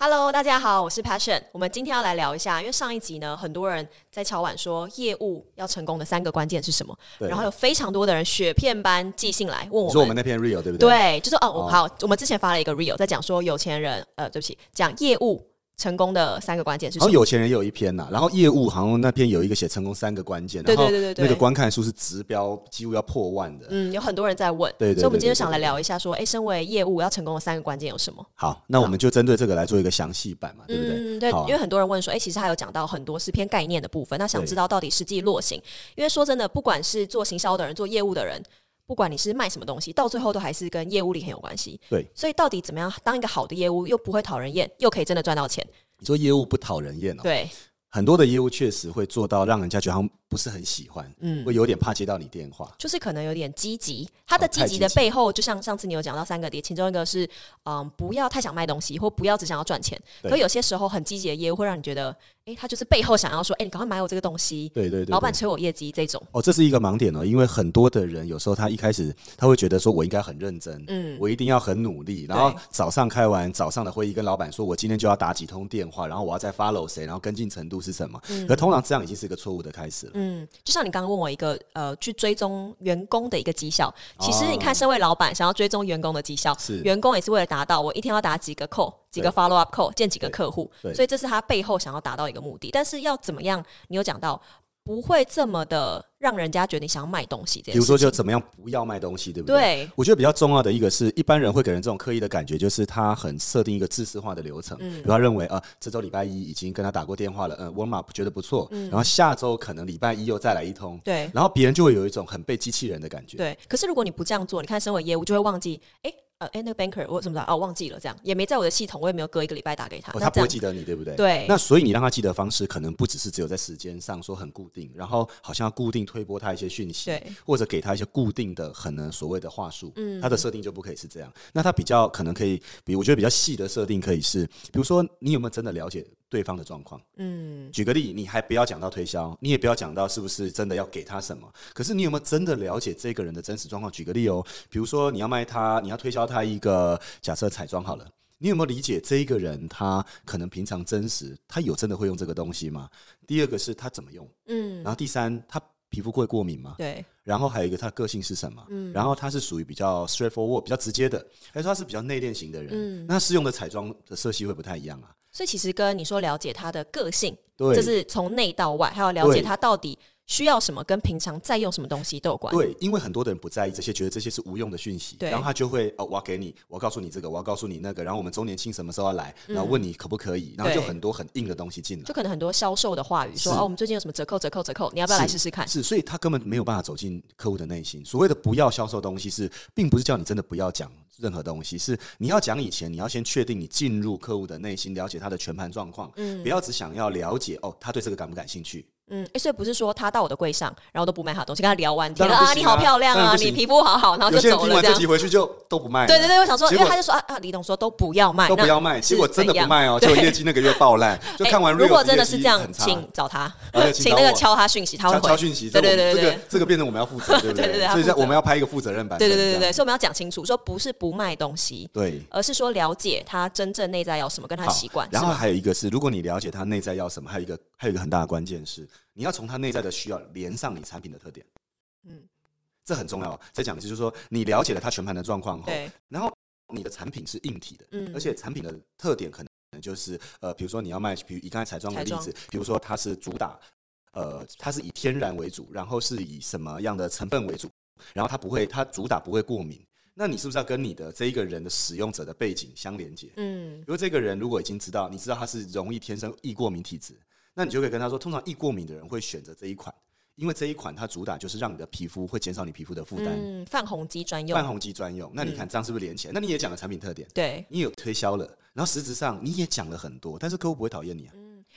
Hello，大家好，我是 Passion。我们今天要来聊一下，因为上一集呢，很多人在敲碗说业务要成功的三个关键是什么，对然后有非常多的人雪片般寄信来问你我说我们。们那篇 real 对不对？对，就是哦，我哦好，我们之前发了一个 real，在讲说有钱人，呃，对不起，讲业务成功的三个关键是好什么？像哦有钱人也有一篇呐、然后业务好像那篇有一个写成功三个关键，对然后对对对对那个观看数是直标，几乎要破万的。嗯，有很多人在问，对对对所以我们今天对对想来聊一下，说，哎，身为业务要成功的三个关键有什么？好，那我们就针对这个来做一个详细版嘛，对不对？嗯，对好，啊因为很多人问说，哎、其实还有讲到很多是偏概念的部分，那想对知道到底实际落行，因为说真的，不管是做行销的人，做业务的人，不管你是卖什么东西，到最后都还是跟业务力很有关系。对，所以到底怎么样当一个好的业务，又不会讨人厌，又可以真的赚到钱？你说业务不讨人厌哦，对，很多的业务确实会做到让人家觉得好像不是很喜欢，嗯，会有点怕接到你电话。就是可能有点积极，它的哦积太极积的极背后，就像上次你有讲到三个点，其中一个是，嗯，不要太想卖东西，或不要只想要赚钱。对可有些时候很积极的业务会让你觉得，哎、他就是背后想要说，哎、你赶快买我这个东西，对对对对老板催我业绩这种。哦，这是一个盲点哦，因为很多的人有时候他一开始他会觉得说，我应该很认真，嗯嗯，我一定要很努力，然后早上开完早上的会议，跟老板说我今天就要打几通电话，然后我要再 follow 谁，然后跟进程度是什么。可通常这样已经是一个错误的开始了。嗯，就像你刚刚问我一个呃，去追踪员工的一个绩效，其实你看，哦身为老板想要追踪员工的绩效，是员工也是为了达到我一天要打几个 call、几个 follow up call、见几个客户，对所以这是他背后想要达到一个目的。但是要怎么样？你有讲到不会这么的让人家觉得你想要卖东西这件事情，比如说，就怎么样不要卖东西，对不对？对我觉得比较重要的一个是，一般人会给人这种刻意的感觉，就是他很设定一个制式化的流程，比如他认为啊、呃这周礼拜一已经跟他打过电话了，嗯、呃、，warm up 觉得不错，然后下周可能礼拜一又再来一通，对然后别人就会有一种很被机器人的感觉。对。可是如果你不这样做，你看身为业务就会忘记，哎、呃，哎、那个 banker 我怎么了？哦，忘记了，这样也没在我的系统，我也没有隔一个礼拜打给他，哦，那他这不样会记得你，对不对？对那所以你让他记得的方式，可能不只是只有在时间上说很固定，然后好像要固定推播他一些讯息，对，或者给他一些固定的可能所谓的话术，嗯，他的设定就不可以是这样。那他比较可能可以，比我觉得比较细的设定可以是，比如说你有没有真的了解对方的状况？嗯，举个例，你还不要讲到推销，你也不要讲到是不是真的要给他什么，可是你有没有真的了解这个人的真实状况？举个例哦，比如说你要卖他，你要推销他一个假设彩妆好了。你有没有理解这一个人他可能平常真实，他有真的会用这个东西吗？第二个是他怎么用，嗯，然后第三他皮肤会过敏吗？对，嗯然后还有一个他的个性是什么，然后他是属于比较 straightforward、比较直接的，还是说他是比较内敛型的人？嗯那适用的彩妆的色系会不太一样啊。所以其实跟你说了解他的个性，对这是从内到外，还有了解对他到底需要什么，跟平常在用什么东西都有关。对，因为很多的人不在意这些，觉得这些是无用的讯息，对然后他就会哦，我要给你，我要告诉你这个，我要告诉你那个，然后我们周年庆什么时候要来，然后问你可不可以，然后就很多很硬的东西进来嗯就。可能很多销售的话语说是哦，我们最近有什么折扣，折扣，折扣，你要不要来试试看？是，所以他根本没有办法走进客户的内心。所谓的不要销售东西是，并不是叫你真的不要讲任何东西，是你要讲以前，你要先确定你进入客户的内心，了解他的全盘状况，不要只想要了解哦，他对这个感不感兴趣，嗯，诶所以不是说他到我的柜上，然后都不卖他的东西，跟他聊完，觉当得然不啊，行你啊好漂亮当啊，然不你行皮肤好好，然后有就些人走听了完这这样集。回去就都不卖了。对对对，我想说，结因果为他就说啊啊，李董说都不要卖，啊都不那要卖，是结果真的怎不样卖哦，结果业绩那个月 爆烂。就看完诶 Reels 如果真的是业绩这样很，差请找他，呃请请那找个我敲他讯息，他会敲回敲讯息，对对对这对个我对们这个。这个变成我们要 负责，对不对对对他所以这样负责我们要拍一个负责任版本。对对对对这对，样所以我们要讲清楚，说不是不卖东西，对。而是说了解他真正内在要什么，跟他好习惯。然是后吗还有一个是，如果你了解他内在要什么，还有一个还有一个很大的关键是，你要从他内在的需要连上你产品的特点。嗯嗯，这很重要。再讲一次，就是说你了解了他全盘的状况后，对，然后你的产品是硬体的，嗯而且产品的特点可能就是呃，比如说你要卖，比如以刚才彩妆为彩例妆子，比如说它是主打呃，它是以天然为主，然后是以什么样的成分为主，然后它不会，它主打不会过敏。那你是不是要跟你的这一个人的使用者的背景相连接？嗯，如果这个人如果已经知道，你知道他是容易天生易过敏体质，那你就可以跟他说，通常易过敏的人会选择这一款，因为这一款它主打就是让你的皮肤会减少你皮肤的负担，嗯，泛红肌专泛用，红肌专用。那嗯你看这样是不是连起来？那你也讲了产品特点，对，嗯你也有推销了，然后实质上你也讲了很多，但是客户不会讨厌你啊。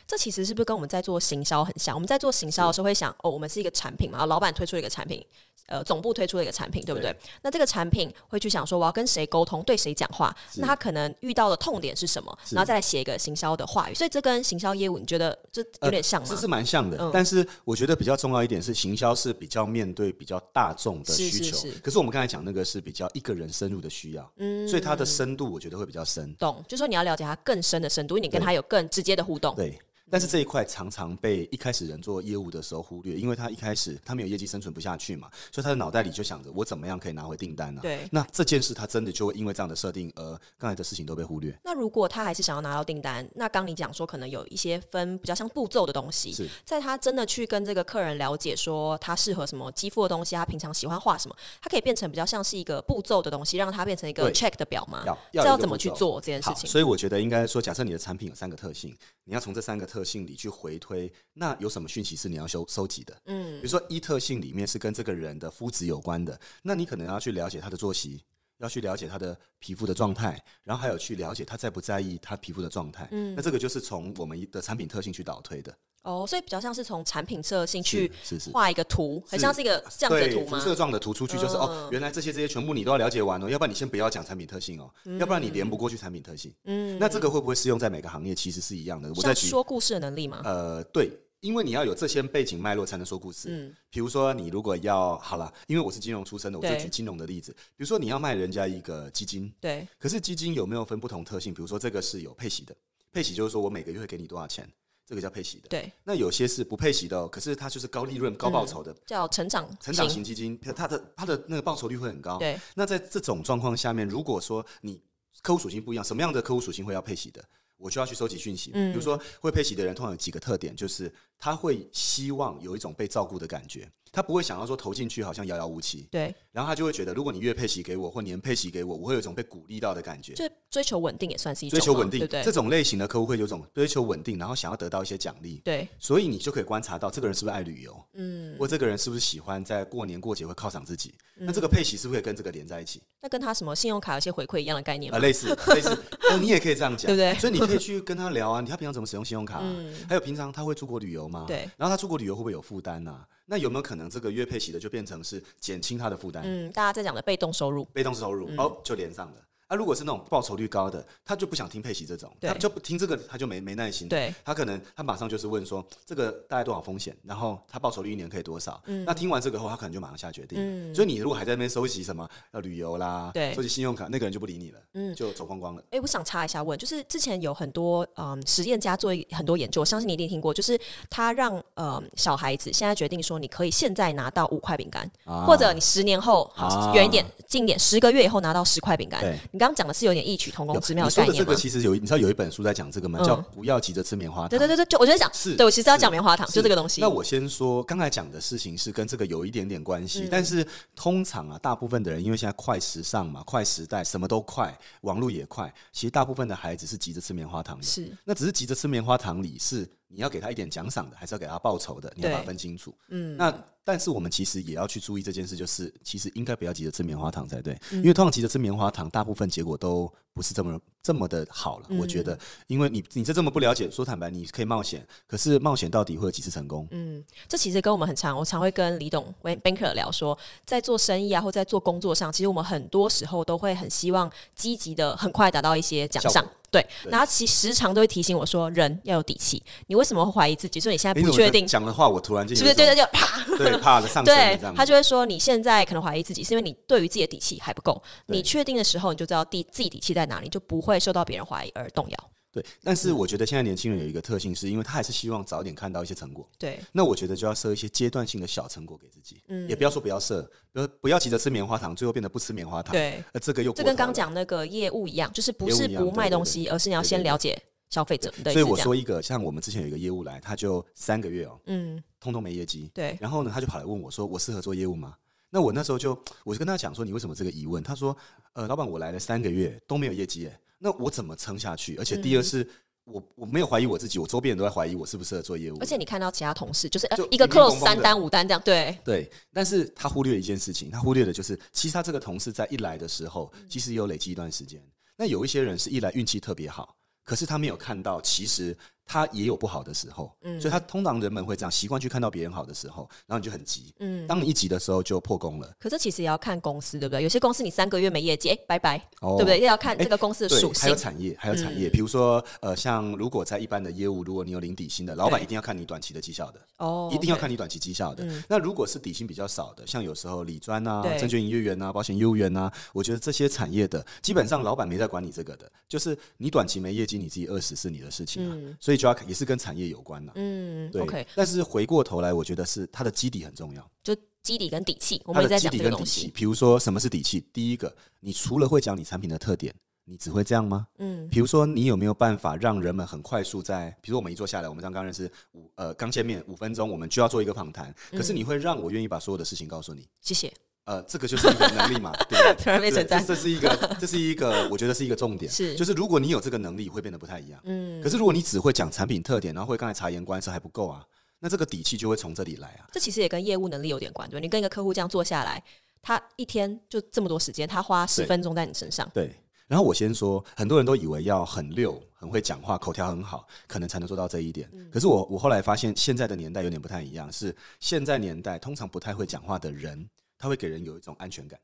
这其实是不是跟我们在做行销很像？我们在做行销的时候会想，哦，我们是一个产品嘛，然后老板推出了一个产品，呃，总部推出了一个产品，对不对？那这个产品会去想说，我要跟谁沟通，对谁讲话，那他可能遇到的痛点是什么，然后再来写一个行销的话语。所以这跟行销业务，你觉得这有点像吗？呃这是蛮像嗯的，但是我觉得比较重要一点是，行销是比较面对比较大众的是需是求。是嗯可是我们刚才讲那个是比较一个人深入的需要，所以它的深度我觉得会比较深。懂，就说你要了解他更深的深度，因为你跟他有更直接的互动。对，嗯但是这一块常常被一开始人做业务的时候忽略，因为他一开始他没有业绩生存不下去嘛，所以他的脑袋里就想着我怎么样可以拿回订单呢、啊对那这件事他真的就会因为这样的设定而刚才的事情都被忽略。那如果他还是想要拿到订单，那刚你讲说可能有一些分比较像步骤的东是西，在他真的去跟这个客人了解说他适合什么肌肤的东西，他平常喜欢画什么，他可以变成比较像是一个步骤的东西，让它变成一个对 check 的表吗？要这要有一要个怎么步去骤做这件事好，情？所以我觉得应该说，假设你的产品有三个特性，你要从这三个特性里去回推，那有什么讯息是你要收收集的？嗯，比如说一特性里面是跟这个人的肤质有关的，那你可能要去了解他的作息。要去了解他的皮肤的状态，然后还有去了解他在不在意他皮肤的状态。嗯，那这个就是从我们的产品特性去倒推的。哦，所以比较像是从产品设性去是是画一个图，很是像是一个这样子的对，图吗嗯辐？射状的图出去就是、哦，原来这些这些全部你都要了解完哦，要不然你先不要讲产品特性哦，嗯要不然你连不过去产品特性。嗯，那这个会不会适用在每个行业？其实是一样的。我再像举说故事的能力吗？呃，对，因为你要有这些背景脉络才能说故事。嗯，比如说你如果要好了，因为我是金融出身的，我就对举金融的例子。比如说你要卖人家一个基金，对，可是基金有没有分不同特性？比如说这个是有配息的，配息就是说我每个月会给你多少钱，这个叫配息的。对，那有些是不配息的、哦，可是它就是高利润、高报酬的。叫成长成长型型基金，它的它的那个报酬率会很高。对，那在这种状况下面，如果说你客户属性不一样，什么样的客户属性会要配息的？我就要去收集讯息。嗯比如说，会配息的人通常有几个特点，就是他会希望有一种被照顾的感觉，他不会想要说投进去好像遥遥无期，对，然后他就会觉得，如果你月配息给我或年配息给我，我会有一种被鼓励到的感觉。就追求稳定也算是一种追求嘛稳定，对不这对？种类型的客户会有一种追求稳定，然后想要得到一些奖励。对，所以你就可以观察到这个人是不是爱旅游，嗯，或这个人是不是喜欢在过年过节会犒赏自己。嗯那这个配息是不是可以跟这个连在一起？那跟他什么信用卡有些回馈一样的概念啊，吗？类似类似，呃你也可以这样讲，对不对嗯所以你可以去跟他聊 啊，你他平常怎么使用信用卡啊、还有平常他会出国旅游吗？对然后他出国旅游会不会有负担呐？那有没有可能这个月配息的就变成是减轻他的负担，嗯，大家在讲的被动收入，被动收入、哦就连上了。啊，如果是那种报酬率高的，他就不想听配息这种，对他就不听这个，他就没没耐心。对，他可能他马上就是问说这个大概多少风险，然后他报酬率一年可以多少？嗯那听完这个后，他可能就马上下决定了。所以你如果还在那边收集什么呃旅游啦，对收集信用卡，那个人就不理你了，就走光光了。哎、我想插一下问，就是之前有很多嗯实验家做一很多研究，我相信你一定听过，就是他让呃小孩子现在决定说，你可以现在拿到五块饼干，啊或者你十年后啊好远一点、近一点，十个月以后拿到十块饼干对。你刚刚讲的是有点异曲同工有之妙你概说的念这吗个？其实有，你知道有一本书在讲这个吗？嗯叫《不要急着吃棉花糖》。对对对对，就我觉得讲是对我其实要是讲棉花糖，是就这个东西。那我先说，刚才讲的事情是跟这个有一点点关嗯系，但是通常啊，大部分的人因为现在快时尚嘛，快时代，什么都快，网络也快，其实大部分的孩子是急着吃棉花糖的。是那只是急着吃棉花糖里是你要给他一点奖赏的，还是要给他报酬的？你要对把它分清楚。嗯，那但是我们其实也要去注意这件事，就是其实应该不要急着吃棉花糖才对，嗯因为通常急着吃棉花糖，大部分结果都不是这么这么的好嗯了。我觉得，因为你你这这么不了解，说坦白，你可以冒险，可是冒险到底会有几次成功？嗯这其实跟我们很常，我常会跟李董、喂 Banker 聊说，在做生意啊，或在做工作上，其实我们很多时候都会很希望积极的、很快达到一些奖效赏果。对，然后其时常都会提醒我说，人要有底气。你为什么会怀疑自己？说你现在诶不怎么确定，讲的哎话，我突然间是有不一是？对对，种就啪，对怕了上升了对这样，他子。就会说你现在可能怀疑自己，是因为你对于自己的底气还不够。对你确定的时候，你就知道底自己底气在哪里，就不会受到别人怀疑而动摇。对，但嗯是我觉得现在年轻人有一个特性，是因为他还是希望早点看到一些成果。对，那我觉得就要设一些阶段性的小成果给自己，嗯也不要说不要设，不要不要急着吃棉花糖，最后变得不吃棉花糖，对，呃，这个又这过跟头刚了。讲那个业务一样，就是不业务是一样不卖对对东西，而是你要对先对对了解消费者。对所以是我这样说一个，像我们之前有一个业务来，他就三个月哦，嗯，通通没业绩，对，然后呢，他就跑来问我说，我适合做业务吗？那我那时候就，我就跟他讲说，你为什么这个疑问？他说，呃，老板，我来了三个月都没有业绩耶，那我怎么撑下去？而且嗯第二是。我我没有怀疑我自己，我周边人都在怀疑我适不适合做业务。而且你看到其他同事，就是呃就一个零零 close 崩崩三的单五单这样，对，对，但是他忽略一件事情，他忽略的就是，其实他这个同事在一来的时候，嗯其实有累积一段时间。那有一些人是一来运气特别好，可是他没有看到，其实他也有不好的时候，嗯所以他通常人们会这样习惯去看到别人好的时候，然后你就很急，嗯，当你一急的时候就破功了。可这其实也要看公司，对不对？有些公司你三个月没业绩，哎、拜拜，哦对不对？也要看这哎个公司的对属，还性有。产业，还有产嗯业，比如说，呃，像如果在一般的业务，如果你有零底薪的，老板对一定要看你短期的绩效的，哦一定要 OK 看你短期绩效的。那如果是底薪比较少的，像有时候理专啊对、证券营业员啊、保险业务员啊，我觉得这些产业的，基本上老板没在管你这个的，就是你短期没业绩，你自己饿死是你的事情啊，所以就要也是跟产业有关了、嗯对，OK，但是回过头来，我觉得是它的基底很重要。就基底跟底气，我它们也的在基讲底这个跟东底气，西。比如说什么是底气？第一个，你除了会讲你产品的特点，你只会这样吗？嗯，比如说你有没有办法让人们很快速在，比如说我们一坐下来，我们刚刚认识五呃刚见面五分钟，我们就要做一个访谈，嗯可是你会让我愿意把所有的事情告诉你，谢谢。呃，这个就是一个能力 嘛，对不对？突然被对称赞这，这是一个，这是一个，我觉得是一个重点，是就是如果你有这个能力，会变得不太一样。嗯可，是如果你只会讲产品特点，然后会刚才察言观色还不够啊，那这个底气就会从这里来啊。这其实也跟业务能力有点关，对吧？你跟一个客户这样坐下来，他一天就这么多时间，他花十对分钟在你身上，对。然后我先说，很多人都以为要很溜、很会讲话、口条很好，可能才能做到这一点。可是我我后来发现，现在的年代有点不太一样，是现在年代通常不太会讲话的人，他会给人有一种安全感。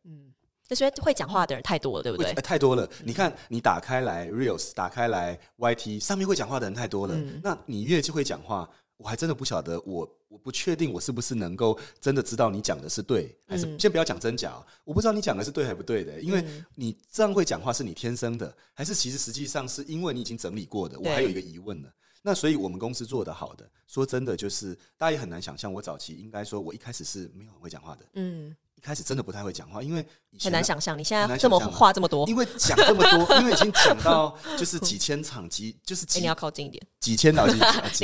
那是因为会讲话的人太多了，对不会对嗯呃？太多了。你看，你打开来 Reels，打开来 YT，上面会讲话的人太多了。嗯那你越就会讲话，我还真的不晓得，我我不确定我是不是能够真的知道你讲的是对嗯还是、先不要讲真假哦、我不知道你讲的是对还不对的，因为你这样会讲话是你天生的，还是其实实际上是因为你已经整理过的？我对还有一个疑问呢。那所以我们公司做得好的，说真的，就是大家也很难想象，我早期应该说，我一开始是没有很会讲话的，嗯，一开始真的不太会讲话，因为以前很的难想象你现很在难这么想象啊话这么多，因为讲这么 多，因为已经讲到就是几千场，几就是哎，你几要靠近一点。几千到几，几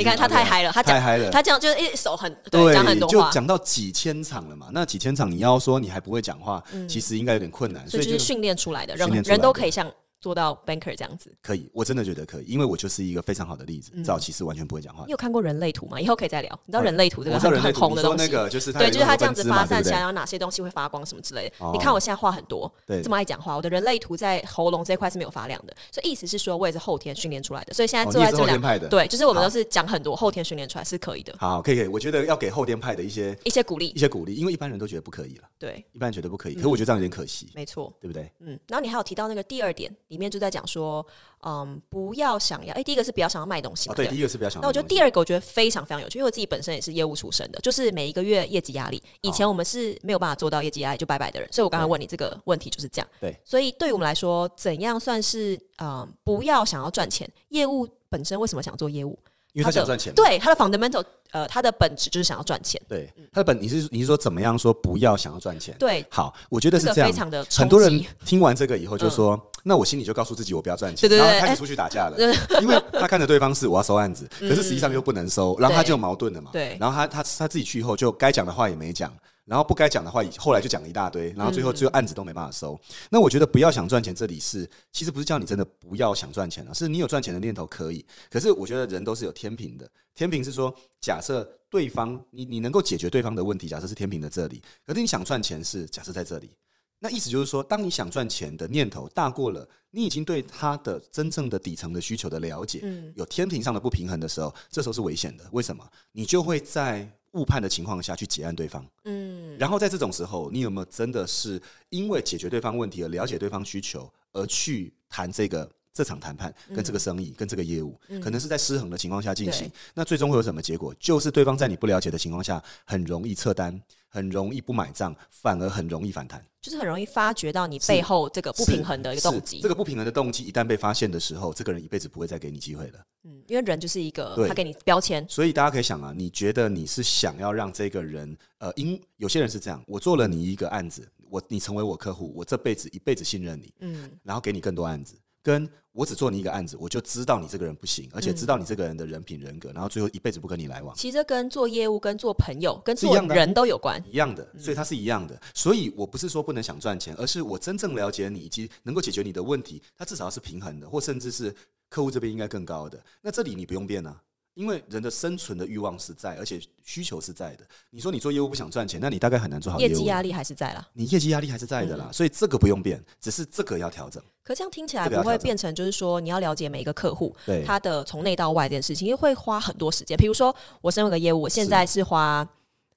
你看他太嗨了，他太讲嗨了。他这样就是一手很对对讲很，多就话，讲到几千场了嘛。那几千场，你要说你还不会讲话，其实应该有点困难。嗯所所以以就是就训练出来的，人训练出来人的都可以像做到 banker 这样子。可以，我真的觉得可以，因为我就是一个非常好的例子。嗯早期是完全不会讲话你的。有看过人类图吗？以后可以再聊。你知道人类图这啊我个知道很人类很图，红你的说东那西，个就是它对，有就是很他多这样子分支发嘛散对起不来，然对后哪些东西会发光什么之类的哦。你看我现在话很多，对这么爱讲话，我的人类图在喉咙这一块是没有发亮的，所以意思是说我也是后天训练出来的，所以现在哦坐你在也是这后天两派的对，就是我们好都是讲很多后天训练出来是可以的，好，可以可以，我觉得要给后天派的一些一些鼓一励，些鼓励，因为一般人都觉得不可以了，对，一般人觉得不可以，可我觉得这样有点可惜，没错。对不对？嗯，然后你还有提到那个第二点，里面就在讲说，嗯，不要想要，哎，第一个是不要想要卖东西哦，嘛，对，不第一个是不要想。那我觉得第二个我觉得非常非常有趣，因为我自己本身也是业务出身的，就是每一个月业绩压力，哦以前我们是没有办法做到业绩压力就拜拜的人，所以我刚才问你这个问题就是这样。对，所以对于我们来说，怎样算是嗯、呃不要想要赚钱？业务本身为什么想做业务？因为他它的想赚钱嘛。对，它的 fundamental 呃，它的本质就是想要赚钱。对，他的本你是你是说怎么样说不要想要赚钱？嗯对，好，我觉得是这个这样。非常的冲击嗯很多人听完这个以后就说：“那我心里就告诉自己我不要赚钱。”对对然后对开始哎嗯出去打架了，因为他看着对方是我要收案子，可是实际上又不能收，然后他对就有矛盾了嘛。对然后他他他自己去以后就该讲的话也没讲。然后不该讲的话，后来就讲了一大堆，然后最后最后案子都没办法收。那我觉得不要想赚钱，这里是其实不是叫你真的不要想赚钱啊，是你有赚钱的念头可以。可是我觉得人都是有天平的，天平是说，假设对方你你能够解决对方的问题，假设是天平的这里，可是你想赚钱是假设在这里，那意思就是说，当你想赚钱的念头大过了，你已经对他的真正的底层的需求的了解，嗯有天平上的不平衡的时候，这时候是危险的。为什么？你就会在误判的情况下去结案对方。嗯，然后在这种时候，你有没有真的是因为解决对方问题而了解对方需求，而去谈这个这场谈判、跟这个生意、跟这个业务，可能是在失衡的情况下进行嗯对。那最终会有什么结果？就是对方在你不了解的情况下，很容易撤单，很容易不买账，反而很容易反弹。就是很容易发掘到你背后这个不平衡的一个动是机这。个不平衡的动机一旦被发现的时候，这个人一辈子不会再给你机会了。嗯，因为人就是一个对他给你标签，所以大家可以想啊，你觉得你是想要让这个人，呃，因有些人是这样，我做了你一个案子，我你成为我客户，我这辈子一辈子信任你，嗯，然后给你更多案子。跟我只做你一个案子，我就知道你这个人不行，而且嗯知道你这个人的人品人格，然后最后一辈子不跟你来往。其实这跟做业务、跟做朋友、跟是一做样的啊人都有关。一样嗯的，所以它是一样的。所以我不是说不能想赚钱，而是我真正了解你以及能够解决你的问题，它至少是平衡的，或甚至是客户这边应该更高的。那这里你不用变啊，因为人的生存的欲望是在，而且需求是在的。你说你做业务不想赚钱，那你大概很难做好业务。绩压力还嗯是在啦。你业绩压力还是在的啦，所以这个不用变，只是这个要调整。可这样听起来这个要不调会整变成就是说你要了解每一个客户对他的从内到外这件事情，因为会花很多时间。比如说我身为一个业务，我现在是花。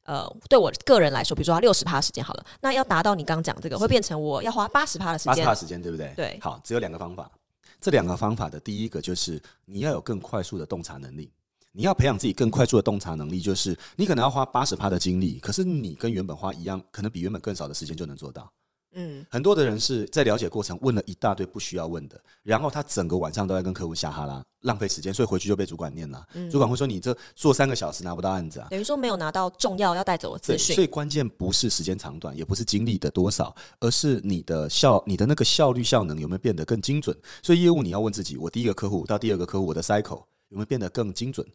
呃，对我个人来说，比如说六十趴时间好了，那要达到你刚讲这个，会变成我要花八十趴的时八十间趴时间，对不对？对好，只有两个方法。这两个方法的第一个就是你要有更快速的洞察能力。你要培养自己更快速的洞察能力，就是你可能要花八十趴的精力，可是你跟原本花一样，可能比原本更少的时间就能做到。嗯，很多的人是在了解过程问了一大堆不需要问的，然后他整个晚上都在跟客户瞎哈拉，浪费时间，所以回去就被主管念了。嗯主管会说你这做三个小时拿不到案子啊。等于说没有拿到重要要带走的资对，所讯，以关键不是时间长短，也不是精力的多少，而是你的效、你的那个效率、效能有没有变得更精准。所以业务你要问自己：我第一个客户到第二个客户，我的 cycle 有没有变得更精准、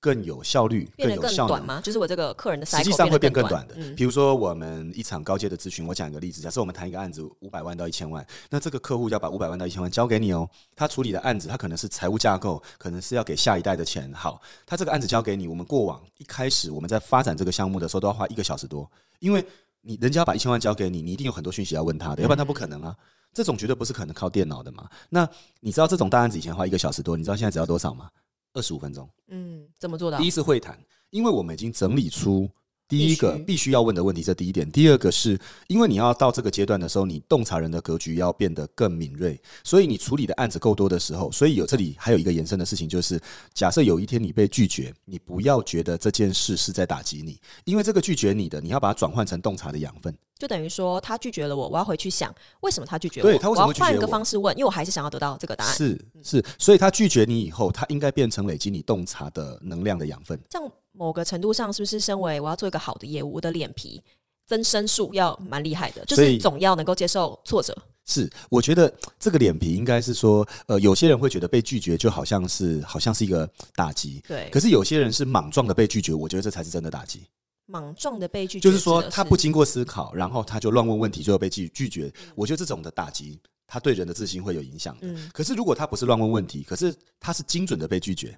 更有效率、变得有更效短能？吗？就是我这个客人的实 cycle 际上会变变得更更嗯短的。比如说，我们一场高阶的咨询，我讲一个例子，假设我们谈一个案子五百万到一千万，那这个客户要把五百万到一千万交给你哦。他处理的案子，他可能是财务架构，可能是要给下一代的钱。好，他这个案子交给你，我们过往一开始我们在发展这个项目的时候，都要花一个小时多，因为你人家把一千万交给你，你一定有很多讯息要问他的，要不然他不可能啊。这种绝对不是可能靠电脑的嘛。那你知道这种大案子以前花一个小时多，你知道现在只要多少吗？二十五分钟。嗯，怎么做到第？一次会谈，因为我们已经整理出第一个必须必须要问的问题，这第一点。第二个是因为你要到这个阶段的时候，你洞察人的格局要变得更敏锐，所以你处理的案子够多的时候，所以有这里还有一个延伸的事情，就是假设有一天你被拒绝，你不要觉得这件事是在打击你，因为这个拒绝你的，你要把它转换成洞察的养分。就等于说他拒绝了我，我要回去想为什么他拒绝我，对他为什么我要会拒绝我换一个方式问，因为我还是想要得到这个答案。是是，所以他拒绝你以后，他应该变成累积你洞察的能量的养分。这样某个程度上，是不是身为我要做一个好的业务，我的脸皮增生术要蛮厉害的，就所是以总要能够接受挫折。是，我觉得这个脸皮应该是说，呃，有些人会觉得被拒绝就好像是好像是一个打击，对可，是有些人是莽撞的被拒绝，我觉得这才是真的打击。莽撞的被拒绝，就是说他不指经过思考，然后他就乱问问题，最后被拒拒绝，我觉得这种的打击，他对人的自信会有影响的。的嗯是嗯，可是如果他不是乱问问题，可是他是精准的被拒绝，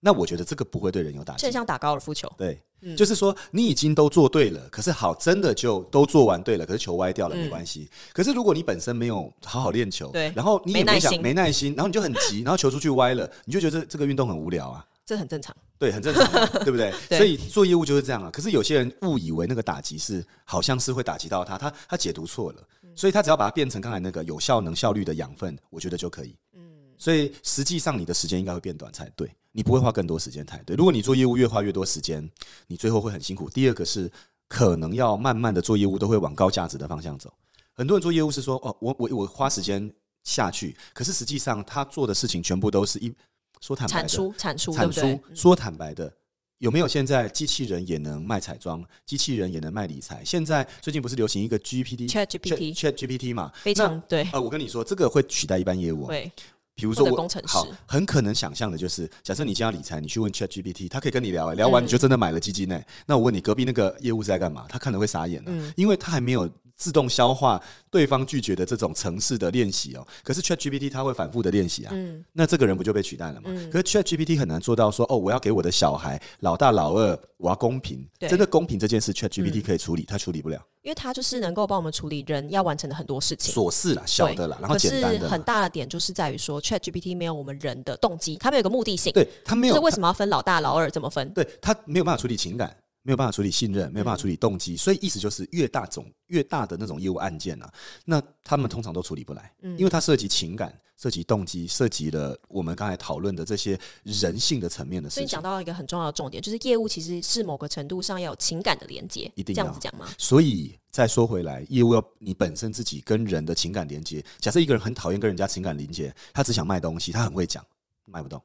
那我觉得这个不会对人有打击正。像打高尔夫球，对，嗯就是说你已经都做对了，可是好，真的就都做完对了，可是球歪掉了嗯没关系。可是如果你本身没有好好练球，对然后你也没耐没想心没耐心，然后你就很急，然后球出去歪了，你就觉得这这个运动很无聊啊。这很正常。对，很正常 嘛，对不对？对所以做业务就是这样啊。可是有些人误以为那个打击是好像是会打击到他，他他解读错了，嗯所以他只要把它变成刚才那个有效能效率的养分，我觉得就可以。嗯所以实际上你的时间应该会变短才对，你不会花更多时间才对。如果你做业务越花越多时间，你最后会很辛苦。第二个是可能要慢慢的做业务都会往高价值的方向走。很多人做业务是说哦，我我我花时间下去，可是实际上他做的事情全部都是一说坦白产的，出，产出，对产不出对？嗯说坦白的，有没有现在机器人也能卖彩妆，机器人也能卖理财？现在最近不是流行一个 GPT ChatGPT Chat GPT 嘛？非常对那。呃，我跟你说，这个会取代一般业务。哦对，比如说或者我工程师好，很可能想象的就是，假设你今天要理财，你去问 Chat GPT，他可以跟你聊、欸，聊完你就真的买了基金呢、那我问你，隔壁那个业务是在干嘛？他看了会傻眼的、嗯因为他还没有自动消化对方拒绝的这种层次的练习哦。可是 Chat GPT 他会反复的练习啊、嗯，那这个人不就被取代了吗？可是 Chat GPT 很难做到说，哦，我要给我的小孩老大老二，我要公平，对嗯真的公平这件事，Chat GPT 可以处理，他处理不了因为他就是能够帮我们处理人要完成的很多事情。琐事啦、小的啦，对然后可简是单的很啦，大的点就是在于说，ChatGPT 没有我们人的动机，它没有一个目的性，对他没就有是为什么要分老大老二怎么 分？嗯对他没有办法处理情感，没有办法处理信任，没有办法处理动机，所以意思就是越大种越大的那种业务案件啊，那他嗯们通常都处理不来，因为它涉及情感、涉及动机、涉及了我们刚才讨论的这些人性的层面的所以事你情讲。到一个很重要的重点，就是业务其实是某个程度上要有情感的连接，一定这样要子讲吗？所以再说回来，业务要你本身自己跟人的情感连接。假设一个人很讨厌跟人家情感连接，他只想卖东西，他很会讲，卖不动。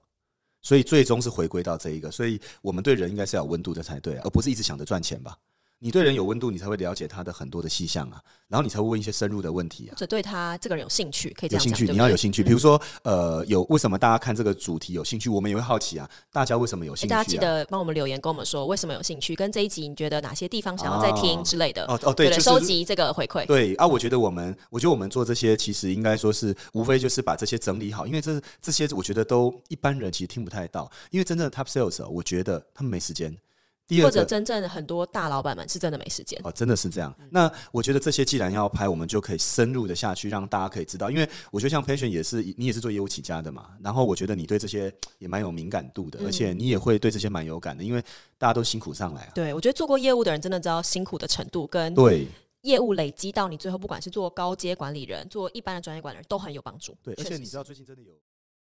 所以最终是回归到这一个，所以我们对人应该是要有温度的才对啊、而不是一直想着赚钱吧。你对人有温度，你才会了解他的很多的细项啊，然后你才会问一些深入的问题啊或。者对他这个人有兴趣，可以这嗯有样兴讲，趣，对你不要对有兴趣。比如说，呃，有为什么大家看这个主题有兴趣？我们也会好奇啊，大家为什么有兴趣、啊？哎大家记得帮我们留言，跟我们说为什么有兴趣，跟这一集你觉得哪些地方想要再听哦之类的。哦哦，对，对就对，是收集这个回馈。对啊，我觉得我们，我觉得我们做这些，其实应该说是无非就是把这些整理好，因为这这些我觉得都一般人其实听不太到，因为真正的 top sales，哦我觉得他们没时间。第或二者个真嗯正很多大老板们是真的没时间，哦，真的是这样。那我觉得这些既然要拍，我们就可以深入的下去，让大家可以知道。因为我觉得像 Passion 也是，你也是做业务起家的嘛。然后我觉得你对这些也蛮有敏感度的，而嗯且你也会对这些蛮有感的，因为大家都辛苦上来啊。对我觉得做过业务的人真的知道辛苦的程度，跟对业务累积到你最后，不管是做高阶管理人，做一般的专业管理人都很有帮助。对，而确且实你是知道最近真的有。